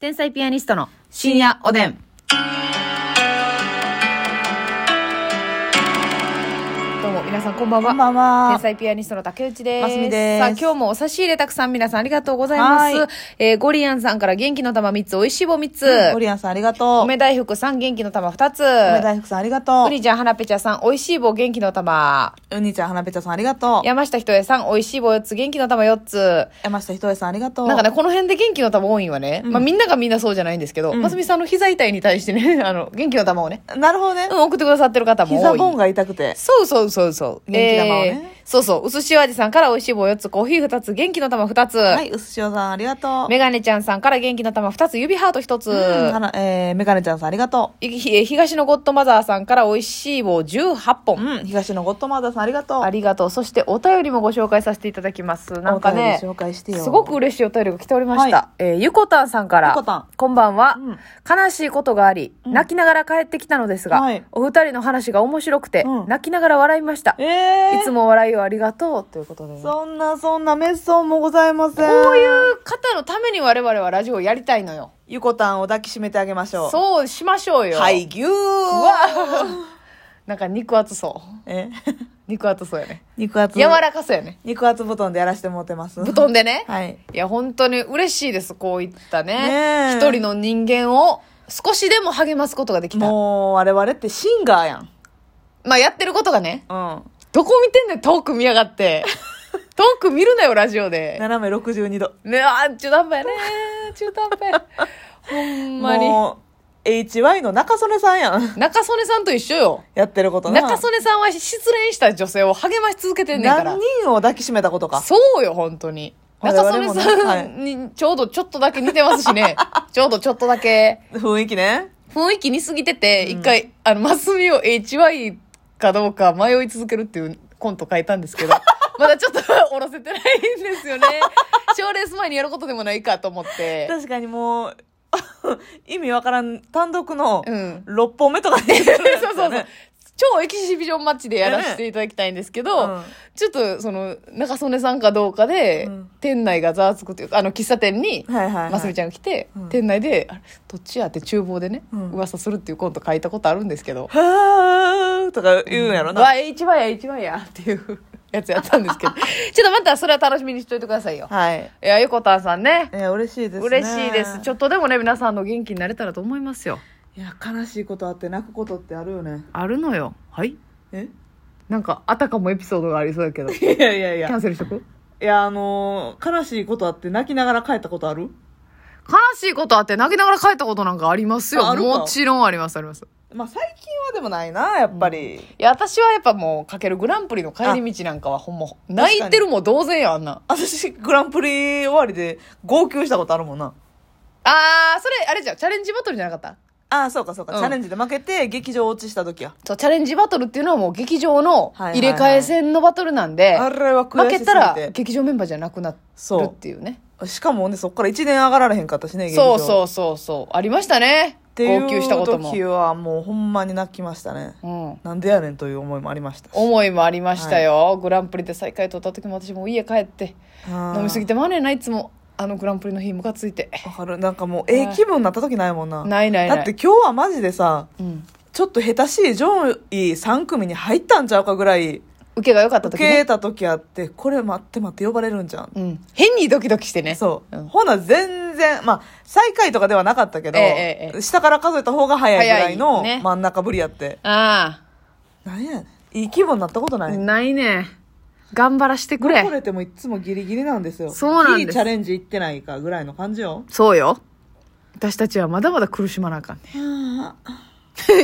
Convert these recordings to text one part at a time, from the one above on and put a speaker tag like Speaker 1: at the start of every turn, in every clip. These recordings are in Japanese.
Speaker 1: 天才ピアニストの
Speaker 2: 深夜おでん。
Speaker 1: どうも皆さんこんばんは
Speaker 2: こんばんは
Speaker 1: 天。才ピアニストの竹内です
Speaker 2: ますみです
Speaker 1: さあ今日もお差し入れたくさん皆さんありがとうございます
Speaker 2: はい
Speaker 1: えーゴリアンさんから元気の玉3つおいしい棒3つ
Speaker 2: ゴリアンさんありがとう。
Speaker 1: 梅大福さん元気の玉2つ
Speaker 2: 梅大福さんありがと
Speaker 1: うにちゃんはなぺちゃさんおいしい棒元気の玉
Speaker 2: う。うにちゃん、はなぺちゃさんありがとう。
Speaker 1: 山下ひとえさんおいしい棒4つ元気の玉4つ
Speaker 2: 山下ひとえさんありがとう。
Speaker 1: なんかね、この辺で元気の玉多いんはね、まあみんながみんなそうじゃないんですけど、ますみさんの膝痛いに対してね、 あの、元気の玉をね、
Speaker 2: なるほどね
Speaker 1: うん、。送ってくださってる方も多い。
Speaker 2: 膝ボンが痛くて。
Speaker 1: そうそうそうそう。
Speaker 2: 元気玉をね
Speaker 1: えーそうそう。うすしお味さんから美味しい棒4つ、コーヒー2つ、元気の玉2つ。
Speaker 2: はい、うすしおさんありがとう。
Speaker 1: メガネちゃんさんから元気の玉2つ、指ハート1つ。
Speaker 2: うんはなえー、メガネちゃんさんありがと
Speaker 1: いひえ東のゴッドマザーさんから美味しい棒18本。
Speaker 2: う。うん、東のゴッドマザーさんありがとう。
Speaker 1: ありがとう。そしてお便りもご紹介させていただきます。なんかね、
Speaker 2: お便り紹介してよ。
Speaker 1: すごく嬉しいお便りが来ておりました。
Speaker 2: は
Speaker 1: えーゆこたんさんから。
Speaker 2: ゆこたん
Speaker 1: こんばんは、
Speaker 2: うん
Speaker 1: 悲しいことがあり、泣きながら帰ってきたのですが、
Speaker 2: はい
Speaker 1: お二人の話が面白くて、
Speaker 2: うん
Speaker 1: 泣きながら笑いました。
Speaker 2: えー、
Speaker 1: いつも笑いをありがとうということで、こ
Speaker 2: そんなそんなメッソンもございません。
Speaker 1: ういう方のために我々はラジオをやりたいのよ。
Speaker 2: ゆこたんを抱きしめてあげましょう。
Speaker 1: そうしましょうよ。
Speaker 2: はい、。ぎゅー。
Speaker 1: うわなんか肉厚そう。
Speaker 2: え
Speaker 1: 肉厚そうやね。
Speaker 2: 肉厚。
Speaker 1: 柔らかそうやね。
Speaker 2: 肉厚布団でやらしてもってます。
Speaker 1: 布団でね。
Speaker 2: はい。
Speaker 1: いや、本当に嬉しいです。こういったね。
Speaker 2: ねえ
Speaker 1: 一人の人間を少しでも励ますことができた。
Speaker 2: もう、我々ってシンガーやん。
Speaker 1: まあ、やってることがね。
Speaker 2: うん。
Speaker 1: どこ見てんねん、遠く見やが って。遠く見るなよ、ラジオで。
Speaker 2: 斜め62度。
Speaker 1: ね、あー、中途半端やね。中途半端や。ほんまに。
Speaker 2: もう、HY の中曽根さんやん。
Speaker 1: 中曽根さんと一緒よ。
Speaker 2: やってることな。
Speaker 1: 中曽根さんは失恋した女性を励まし続けてんねんから
Speaker 2: 何。人を抱きしめたことか。
Speaker 1: そうよ、本当に。
Speaker 2: 我
Speaker 1: 中曽
Speaker 2: 々
Speaker 1: 根
Speaker 2: もね
Speaker 1: さんにちょうどちょっとだけ似てますし ね。ちょうどちょっとだけ。
Speaker 2: 雰囲気ね。
Speaker 1: 雰囲気似すぎてて、一回、あの、マスミを HY かどうか迷い続けるっていうコント書いたんですけ ど、まだちょっと おろせてないんですよね。賞レース前にやることでもないかと思って。
Speaker 2: 確かにもう、 意味わからん、単独の
Speaker 1: うん
Speaker 2: 6本目とかで、
Speaker 1: そうそうそう。超エキシビジョンマッチでやらせていただきたいんですけど、
Speaker 2: ねうん
Speaker 1: ちょっとその中曽根さんかどうかで、
Speaker 2: うん
Speaker 1: 店内がざわつくというかあの喫茶店に、
Speaker 2: はいはいはい
Speaker 1: ますみちゃんが来て、
Speaker 2: うん
Speaker 1: 店内で「あれどっちや?」って厨房でね、
Speaker 2: うん
Speaker 1: 噂するっていうコント書いたことあるんですけど
Speaker 2: はーとか言うんやろ
Speaker 1: わ
Speaker 2: な。
Speaker 1: 一番や一番やっていうやつやったんですけ どちょっとまたそれは楽しみにしといてくださいよ、
Speaker 2: はい。
Speaker 1: い、やゆこたんさんね
Speaker 2: えー、嬉しいですね。
Speaker 1: 嬉しいですちょ
Speaker 2: っ
Speaker 1: っとでもね皆さんの元気になれたらと思いますよ
Speaker 2: と。いや、悲しいことあって泣くことってあるよね。
Speaker 1: あるのよはい
Speaker 2: え
Speaker 1: なんかあたかもエピソードがありそうだけどキ
Speaker 2: いやいやい
Speaker 1: ャ
Speaker 2: や。
Speaker 1: ンセルしとく
Speaker 2: いや、あのー悲しいことあって泣きながら帰ったことある
Speaker 1: 悲しいことあって泣きながら帰ったことなんかありますよ
Speaker 2: ああるか
Speaker 1: もちろんありますあります
Speaker 2: まあ、最近はでもないな、やっぱり。
Speaker 1: いや私はやっぱもうかけるグランプリの帰り道なんかはほんま泣いてるも同然やあんな
Speaker 2: 私、グランプリ終わりで号泣したことあるもんな。
Speaker 1: あーそれあれじゃんチャレンジバトルじゃなかった
Speaker 2: ああ、そうかそうか、
Speaker 1: うん
Speaker 2: チャレンジで負けて、劇場落ちした時や。
Speaker 1: そう、チャレンジバトルっていうのはもう劇場の
Speaker 2: はいはいはい
Speaker 1: 入れ替え戦のバトルなんで、
Speaker 2: あれは悔し
Speaker 1: 負け
Speaker 2: すぎて。
Speaker 1: たら劇場メンバーじゃなくなるっていうね。
Speaker 2: しかもね、そっから1年上がられへんかったしね、劇
Speaker 1: そ
Speaker 2: 場。
Speaker 1: うそうそうそう。ありましたね。
Speaker 2: っていう
Speaker 1: 号泣したことも
Speaker 2: 時。はもうほんまに泣きましたね。
Speaker 1: うん。
Speaker 2: なんでやねんという思いもありましたし。
Speaker 1: 思いもありましたよ。グランプリで最下位取った時も私も家帰って、飲みすぎ
Speaker 2: て。
Speaker 1: てまわねんないつも。あのグランプリの日ムカついて。
Speaker 2: わかる。なんかもう、ええ
Speaker 1: はい
Speaker 2: 気分になった時ないもんな。
Speaker 1: ないないない
Speaker 2: だって今日はマジでさ、
Speaker 1: うん。
Speaker 2: ちょっと下手しい上位3組に入ったんちゃうかぐらい、
Speaker 1: 受けが良かった
Speaker 2: 受
Speaker 1: 時ね
Speaker 2: け。た時あって、これ待って待って呼ばれるんじゃん。
Speaker 1: うん。変にドキドキしてね。
Speaker 2: そう。
Speaker 1: ん
Speaker 2: ほな、全然、まあ、最下位とかではなかったけど、
Speaker 1: ええええ
Speaker 2: 下から数えた方が早いぐらいの
Speaker 1: 早いね
Speaker 2: 真ん中ぶりやって。
Speaker 1: あ
Speaker 2: なんやねん。いい気分になったこと
Speaker 1: あ。
Speaker 2: ない。
Speaker 1: ないね。頑張らしてく
Speaker 2: 来
Speaker 1: れ。
Speaker 2: れてもいつもギリギリなんですよ。
Speaker 1: そうなんです
Speaker 2: ギリチャレンジ行ってないかぐらいの感じよ。
Speaker 1: そうよ。私たちはまだまだ苦しまなあかんね。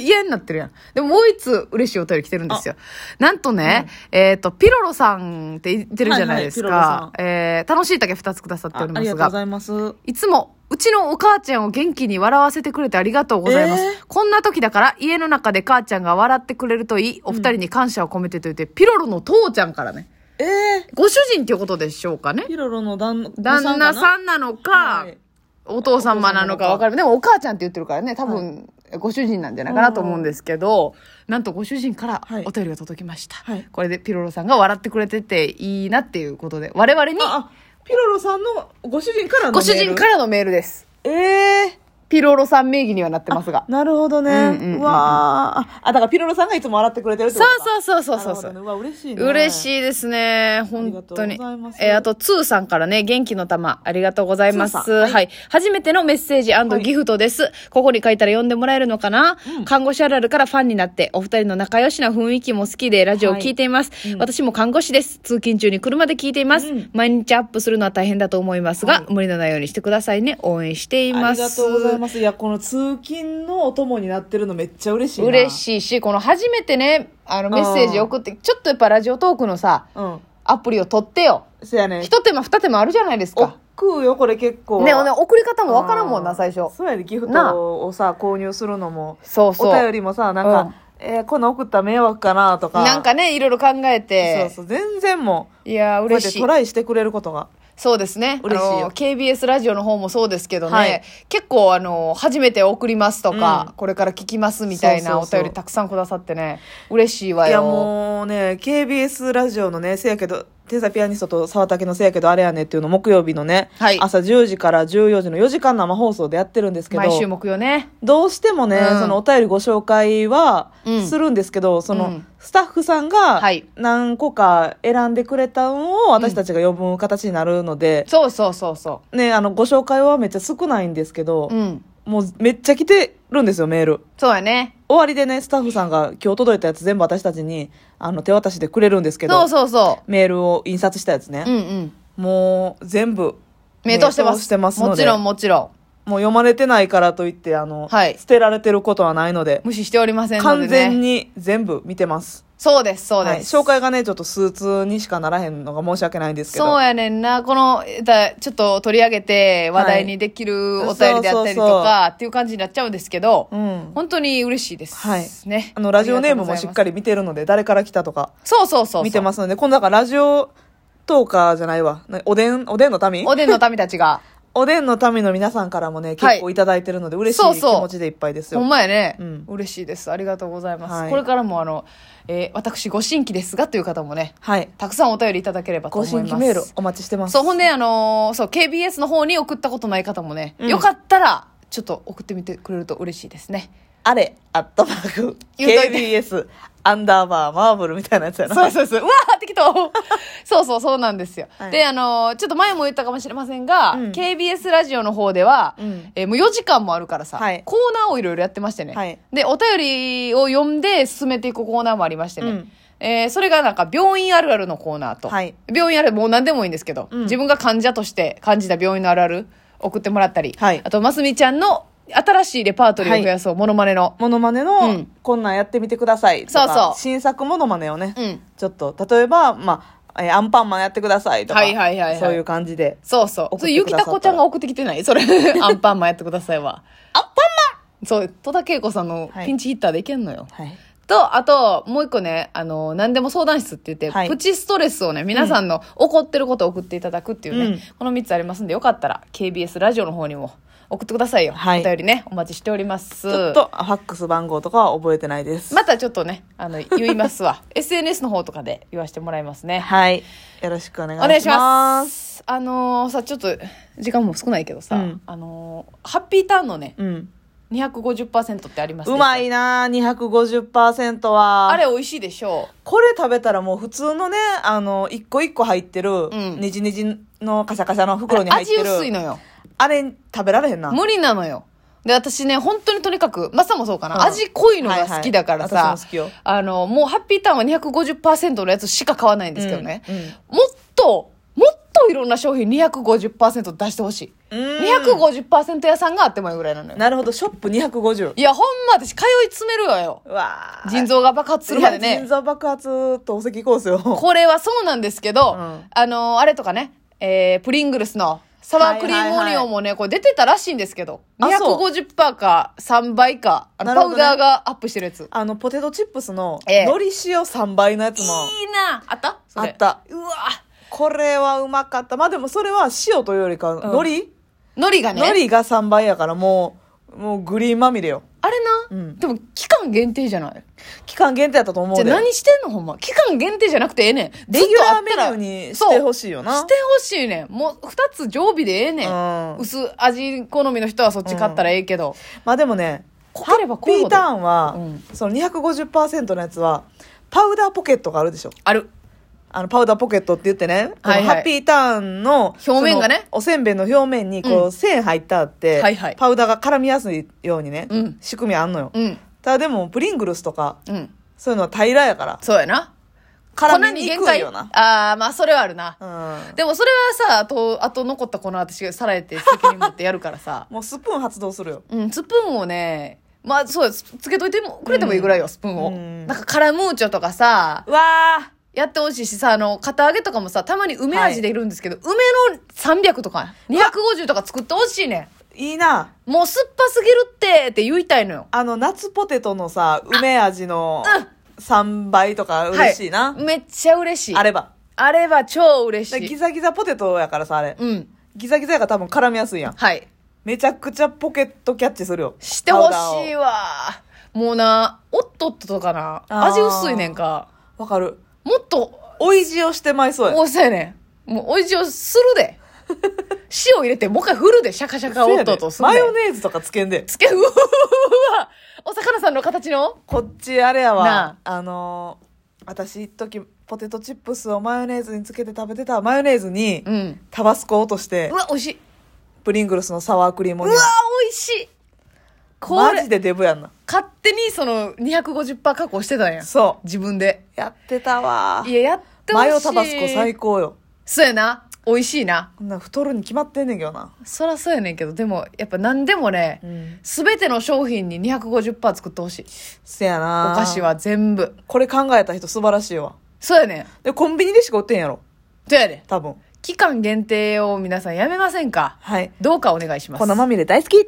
Speaker 1: 嫌になってるやん。でももう一つ嬉しいお便り来てるんですよ。なんとね、えっ、と、ピロロさんって言ってるじゃないですか。
Speaker 2: はいはい
Speaker 1: えー楽しい竹二つくださって
Speaker 2: あ
Speaker 1: お
Speaker 2: あ
Speaker 1: り
Speaker 2: り
Speaker 1: ま
Speaker 2: がと
Speaker 1: す
Speaker 2: うご
Speaker 1: が、
Speaker 2: ざいます。
Speaker 1: いつも、うちのお母ちゃんを元気に笑わせてくれてありがとうございます。
Speaker 2: え
Speaker 1: こんな時だから、家の中で母ちゃんが笑ってくれるといい、お二人に感謝を込めてと言って、ピロロの父ちゃんからね、
Speaker 2: え
Speaker 1: ご主人ということでしょうかね
Speaker 2: ー、。ピロロの旦
Speaker 1: 旦那さ
Speaker 2: ん
Speaker 1: んなのか、
Speaker 2: はい
Speaker 1: お父様なのか分かる。でもお母ちゃんって言ってるからね、多分、ご主人なんじゃないかなと思うんですけど、なんとご主人から
Speaker 2: はい
Speaker 1: お便りが届きました。
Speaker 2: はい
Speaker 1: これでピロロさんが笑ってくれてていいなっていうことで、我々に
Speaker 2: あ、あピロロさんのご主人からの。
Speaker 1: ご主人かららのメールです。
Speaker 2: ええ
Speaker 1: ピロロさん名義にはなってますが。
Speaker 2: なるほどね。
Speaker 1: うんうんうんうん
Speaker 2: うわーあ、だからピロロさんがいつも洗ってくれてるって
Speaker 1: そ
Speaker 2: こと
Speaker 1: うそうそう
Speaker 2: か
Speaker 1: そうそう
Speaker 2: なるほどね。うわ、嬉しいね。
Speaker 1: 嬉
Speaker 2: い。
Speaker 1: しいですね。本当
Speaker 2: あり
Speaker 1: に
Speaker 2: がとうございま。す
Speaker 1: えーあと、ツーさんからね、元気の玉、ありがとうございま
Speaker 2: ツー
Speaker 1: す。
Speaker 2: さん
Speaker 1: は、
Speaker 2: はいい
Speaker 1: 初めてのメッセージ
Speaker 2: はい
Speaker 1: ギフトです。ここに書いたら読んでもらえるのかな、看護師あるあるからファンになって、お二人の仲良しな雰囲気も好きで、ラジオを聞いています、私も看護師です。通勤中に車で聞いています、
Speaker 2: うん
Speaker 1: 毎日アップするのは大変だと思いますが、
Speaker 2: は
Speaker 1: 無理のないようにしてくださいね。応援してい
Speaker 2: あ
Speaker 1: ま
Speaker 2: り
Speaker 1: す。
Speaker 2: がとうございます。いや、この通勤のお供になってるのめっちゃ嬉しいな。
Speaker 1: 嬉
Speaker 2: い。
Speaker 1: しいし、この初めてね、あのメッセージ送って、ちょっとやっぱラジオトークのさ、
Speaker 2: うん。
Speaker 1: アプリを取ってよ。
Speaker 2: そやね。
Speaker 1: 一手間二手間あるじゃないです
Speaker 2: おっ
Speaker 1: か。
Speaker 2: くうよ、これ結構。
Speaker 1: ね、ね、送り方もわからんもん
Speaker 2: う
Speaker 1: な、最初。
Speaker 2: そうやね、ギフ
Speaker 1: なあ
Speaker 2: トをさ、購入するのも。
Speaker 1: そうそう。
Speaker 2: お便りもさ、なんか、えーこんなん送ったら迷惑かなとか。
Speaker 1: なんかね、いろいろ考え
Speaker 2: そう
Speaker 1: て。
Speaker 2: そう、全然もう、
Speaker 1: いやー、
Speaker 2: こうやっ
Speaker 1: 嬉
Speaker 2: て
Speaker 1: しい
Speaker 2: ト。ライしてくれることが。
Speaker 1: そうですね。
Speaker 2: 嬉しいよ
Speaker 1: あの KBS ラジオの方もそうですけどね、
Speaker 2: はい
Speaker 1: 結構、あの、初めて送りますとか、
Speaker 2: うん
Speaker 1: これから聞きますみたいなお
Speaker 2: そうそうそう
Speaker 1: 便りたくさんくださってね、嬉しいわよ。
Speaker 2: いやもうね、KBS ラジオのね、せやけど、天才ピアニストと沢竹のせやけどあれやねっていうの木曜日のね、
Speaker 1: はい
Speaker 2: 朝10時から14時の4時間生放送でやってるんですけど、
Speaker 1: 毎週木曜ね。
Speaker 2: どうしてもね、
Speaker 1: うん
Speaker 2: そのお便りご紹介は
Speaker 1: うん
Speaker 2: するんですけど、そうの
Speaker 1: ん
Speaker 2: スタッフさんが
Speaker 1: はい
Speaker 2: 何個か選んでくれたのを私たちが呼ぶ形になるので、
Speaker 1: そうそうそうそ
Speaker 2: ね、あの、ご紹介はめっちゃ少ないんですけど
Speaker 1: う。う、ん。
Speaker 2: もうめっちゃ来てるんですよ、メール。
Speaker 1: そうやね。
Speaker 2: 終わりでね、スタッフさんが今日届いたやつ全部私たちに、あの、手渡しでくれるんですけど、
Speaker 1: そうそうそ
Speaker 2: メールを印刷したやつね
Speaker 1: う。う。んうん。
Speaker 2: もう全部。
Speaker 1: 目通してま
Speaker 2: 目
Speaker 1: す。
Speaker 2: してますの
Speaker 1: も
Speaker 2: で。
Speaker 1: ちろん
Speaker 2: も
Speaker 1: もちろん。
Speaker 2: う読まれてないからといって、あの、
Speaker 1: はい
Speaker 2: 捨てられてることはないので、
Speaker 1: 無視しておりませんので、ね。
Speaker 2: 完全に全部見てます。
Speaker 1: そうです、そう
Speaker 2: はい。
Speaker 1: です。
Speaker 2: 紹介がね、ちょっとスーツにしかならへんのが申し訳ないんですけど。
Speaker 1: そうやねんな。この、だちょっと取り上げて話題にできる
Speaker 2: はい
Speaker 1: お便りであったりと
Speaker 2: そうそう
Speaker 1: か、っていう感じになっちゃうんですけど、
Speaker 2: うん。
Speaker 1: 本当に嬉しいです。
Speaker 2: はい
Speaker 1: ね。
Speaker 2: あの、ラジオネームもしっか
Speaker 1: り。
Speaker 2: り見てるので、誰から来たとか
Speaker 1: そうそうそうそう。。
Speaker 2: 見てますすので、今度だからラジオトーカーじゃないわ。なおでん、おでんの民
Speaker 1: おでんの民たち が。
Speaker 2: おでんの民の皆さんからもね、
Speaker 1: はい
Speaker 2: 結構いただいてるので、嬉しい
Speaker 1: そう
Speaker 2: 気
Speaker 1: そう
Speaker 2: 持ちでいっぱいですよ。
Speaker 1: ほんまやね、
Speaker 2: うん
Speaker 1: 嬉しいです。ありがとうございます。
Speaker 2: はい
Speaker 1: これからもあの、えー私ご新規ですがという方もね、
Speaker 2: はい。
Speaker 1: たくさんお便りいただければと
Speaker 2: ご
Speaker 1: 思います。
Speaker 2: 新規メールお待ちしてます。
Speaker 1: そう、ほんで、あのーそう、KBS の方に送ったことない方もね、
Speaker 2: うん
Speaker 1: よかったら、ちょっと送ってみてくれると嬉しいですね。
Speaker 2: あれ、アットマーク、
Speaker 1: 言うといて
Speaker 2: KBS、アンダーバー、マーブルみたいなやつやな。
Speaker 1: そうそうそう。うわーってき たそうそうそうなんですよ。
Speaker 2: はい
Speaker 1: で、あのーちょっと前も言ったかもしれませんが、
Speaker 2: うん
Speaker 1: KBS ラジオの方では、
Speaker 2: うん
Speaker 1: えーもう4時間もあるからさ、
Speaker 2: はい
Speaker 1: コーナーをいろいろやってましてね、
Speaker 2: はい
Speaker 1: で、お便りを読んで進めていくコーナーもありましてね。
Speaker 2: うん
Speaker 1: えーそれがなんか病院あるあるのコーナーと、
Speaker 2: はい
Speaker 1: 病院あるあるもう何でもいいんですけど、
Speaker 2: うん
Speaker 1: 自分が患者として感じた病院のあるある送ってもらったり、
Speaker 2: はい
Speaker 1: あとますみちゃんの新しいレパートリーを増やそう、モノマネの、
Speaker 2: モノマネ
Speaker 1: う
Speaker 2: の
Speaker 1: ん、
Speaker 2: こんなんやってみてくださいと
Speaker 1: そう
Speaker 2: か。
Speaker 1: そう
Speaker 2: 新作モノマネをね、
Speaker 1: うん、
Speaker 2: ちょっと、例えば、まあ、えーアンパンマンやってくださいとか、
Speaker 1: はいはいはいはい
Speaker 2: そういう感じで。
Speaker 1: そうそう。そ
Speaker 2: 送
Speaker 1: れ、
Speaker 2: って
Speaker 1: ゆ
Speaker 2: く
Speaker 1: き
Speaker 2: だ
Speaker 1: た
Speaker 2: さったら
Speaker 1: こちゃんが送ってきて ないそれ、アンパンマンやってくださいは。アンパンマンそう、戸田恵子さんの
Speaker 2: はい
Speaker 1: ピンチヒッターでいけんのよ。
Speaker 2: はい。
Speaker 1: と、あと、もう一個ね、あの、何でも相談室って言って、
Speaker 2: はい
Speaker 1: プチストレスをね、皆さんの怒ってることを送っていただくっていうね、
Speaker 2: うん
Speaker 1: この3つありますんで、よかったら、KBS ラジオの方にも送ってくださいよ。
Speaker 2: はい
Speaker 1: お便りね、お待ちしております。
Speaker 2: ちょっと、ファックス番号とかは覚えてないです。
Speaker 1: またちょっとね、あの、言いますわ。SNS の方とかで言わせてもらいますね。
Speaker 2: はい。よろしくお願いします。
Speaker 1: お願いします。あのーさ、ちょっと、時間も少ないけどさ、
Speaker 2: うん
Speaker 1: あのーハッピーターンのね、
Speaker 2: うん。
Speaker 1: 250%ってあります
Speaker 2: うまい
Speaker 1: ね
Speaker 2: なぁ、250%は。
Speaker 1: あれ美味しいでしょ
Speaker 2: これ食べたらもう普通のね、あの、一個一個入ってる、
Speaker 1: ん
Speaker 2: ねじねじのカシャカシャの
Speaker 1: う。あ
Speaker 2: 袋
Speaker 1: れ
Speaker 2: に入っ
Speaker 1: 味
Speaker 2: てる。
Speaker 1: 薄いのよ。
Speaker 2: あれ食べられへんな。
Speaker 1: 無理なのよ。で、私ね、本当にとにかく、マサもそうかな、
Speaker 2: うん
Speaker 1: 味濃いのが好きだからさ、
Speaker 2: はいはい私も好きよ
Speaker 1: あの、もうハッピーターンは250%のやつしか買わないんですけどね。
Speaker 2: うんうん
Speaker 1: もっと、もっといろんな商品250%出してほしい。
Speaker 2: うん
Speaker 1: 250%屋さんがあってもいいぐらいなのよ。
Speaker 2: なるほど、ショップ250。
Speaker 1: いや、ほんま私通い詰めるわよ。
Speaker 2: うわー
Speaker 1: 腎臓が爆発するまで
Speaker 2: いや
Speaker 1: ね
Speaker 2: 腎。臓爆発とお石コースよ。
Speaker 1: これはそうなんですけど、
Speaker 2: うん
Speaker 1: あのーあれとかね、えープリングルスのサワークリームオニオンもね、これ出てたらしいんですけど、
Speaker 2: あそう
Speaker 1: 250%か3倍か、あの
Speaker 2: なる
Speaker 1: パウ
Speaker 2: ほどね
Speaker 1: ダーがアップしてるやつ。
Speaker 2: あの、ポテトチップスの、
Speaker 1: ええ
Speaker 2: のり塩3倍のやつも、
Speaker 1: いいなあったそ
Speaker 2: あ
Speaker 1: れ
Speaker 2: った。
Speaker 1: うわ
Speaker 2: これはうまかった。まあでもそれは塩というよりか、海苔
Speaker 1: 海苔がね。
Speaker 2: 海苔が3倍やからもう、もうグリーンまみれよ。
Speaker 1: あれな、
Speaker 2: うん
Speaker 1: でも期間限定じゃない
Speaker 2: 期間限定だったと思う
Speaker 1: じゃ
Speaker 2: で
Speaker 1: あ何してんのほんま期間限定じゃなくてええねん
Speaker 2: レギュラーメ
Speaker 1: ずっとあったら
Speaker 2: ニューにしてほしいよな
Speaker 1: そうしてほしいねんもう2つ常備でええねん、
Speaker 2: うん
Speaker 1: 薄味好みの人はそっち買ったらええけど、
Speaker 2: まあでもね
Speaker 1: 濃ければ濃い
Speaker 2: ハ
Speaker 1: ほ
Speaker 2: ッピ
Speaker 1: ど
Speaker 2: ーターンは、
Speaker 1: うん
Speaker 2: その250%のやつはパウダーポケットがあるでしょ
Speaker 1: ある
Speaker 2: あのパウダーポケットって言ってね、この
Speaker 1: はいはい
Speaker 2: ハッピーターンの
Speaker 1: 表面がね
Speaker 2: そのおせんべいの表面にこ
Speaker 1: う
Speaker 2: う線入ったあって、
Speaker 1: はいはい
Speaker 2: パウダーが絡みやすいようにね、
Speaker 1: うん
Speaker 2: 仕組みあんのよ、
Speaker 1: うん
Speaker 2: ただでもプリングルスとか
Speaker 1: うん
Speaker 2: そういうのは平らやから
Speaker 1: そうやな
Speaker 2: 絡みにくいよな
Speaker 1: ああーまあそれはあるな、
Speaker 2: うん
Speaker 1: でもそれはさあとあと残った粉は私がさらえて責任持ってやるからさ
Speaker 2: もうスプーン発動するよ
Speaker 1: うんスプーンをねまあそうですつけといてもくれてもいいぐらいよ、スプーンを、
Speaker 2: うん
Speaker 1: なんかカラムーチョとかさ
Speaker 2: うわ
Speaker 1: やってほしいしさあの堅揚げとかもさたまに梅味でいるんですけど、梅の300とか250とか作ってほしいねん
Speaker 2: ーいいな
Speaker 1: もう酸っぱすぎるってって言いたいのよ。
Speaker 2: あの夏ポテトのさ梅味の3倍とか嬉しい
Speaker 1: は
Speaker 2: な、
Speaker 1: めっちゃ嬉しい。
Speaker 2: あれば
Speaker 1: あれは超嬉
Speaker 2: だから
Speaker 1: し
Speaker 2: ギ
Speaker 1: い。
Speaker 2: ザギザポテトやからさあれ
Speaker 1: うん。
Speaker 2: ギザギザやから多分絡みやすいやん
Speaker 1: はい。
Speaker 2: めちゃくちゃポケットキャッチするよ
Speaker 1: してほ
Speaker 2: パウダ
Speaker 1: しい
Speaker 2: ーを
Speaker 1: わ。もうな、おっとっととかな、
Speaker 2: あー
Speaker 1: 味薄いねんか。
Speaker 2: わかる
Speaker 1: もっと、
Speaker 2: おいじをしてまいそうや
Speaker 1: おいしそうやねん。もうおいじをする で。塩入れて、もう一回振るで、シャカシャカ
Speaker 2: そ
Speaker 1: お
Speaker 2: うや
Speaker 1: っ
Speaker 2: で
Speaker 1: とっとする
Speaker 2: マ
Speaker 1: で。
Speaker 2: ヨネーズとかつけんで
Speaker 1: つけ、うわお魚さんの形の
Speaker 2: こっちあれやわ
Speaker 1: な
Speaker 2: あのー、私一時ポテトチップスをマヨネーズにつけて食べてたマヨネーズに
Speaker 1: うん。
Speaker 2: タバスコ落として
Speaker 1: うわ、おいしい。
Speaker 2: プリングルスのサワークリーム
Speaker 1: うわ、
Speaker 2: に
Speaker 1: おいしい。こ
Speaker 2: マ
Speaker 1: れ
Speaker 2: ジ、でデブやんな
Speaker 1: 勝手にその250%確保してたんや。
Speaker 2: そう
Speaker 1: 自分で。
Speaker 2: やってたわ
Speaker 1: いや、やってほしい。
Speaker 2: マヨタバスコ最高よ
Speaker 1: そうやな。美味しいな。
Speaker 2: こんなん太るに決まってんねんけどな、
Speaker 1: そらそうやねんけど、でも、やっぱ何でもね、すべての商品に250%作ってほしい。
Speaker 2: せや
Speaker 1: お
Speaker 2: な
Speaker 1: 菓子は全部。
Speaker 2: これ考えた人素晴らしいわ
Speaker 1: そうやねん。
Speaker 2: でコンビニでしか売ってんやろ
Speaker 1: とやで。
Speaker 2: 多分
Speaker 1: 期間限定を皆さんやめませんか
Speaker 2: はい
Speaker 1: どうかお願いします。
Speaker 2: 粉まみれ大好き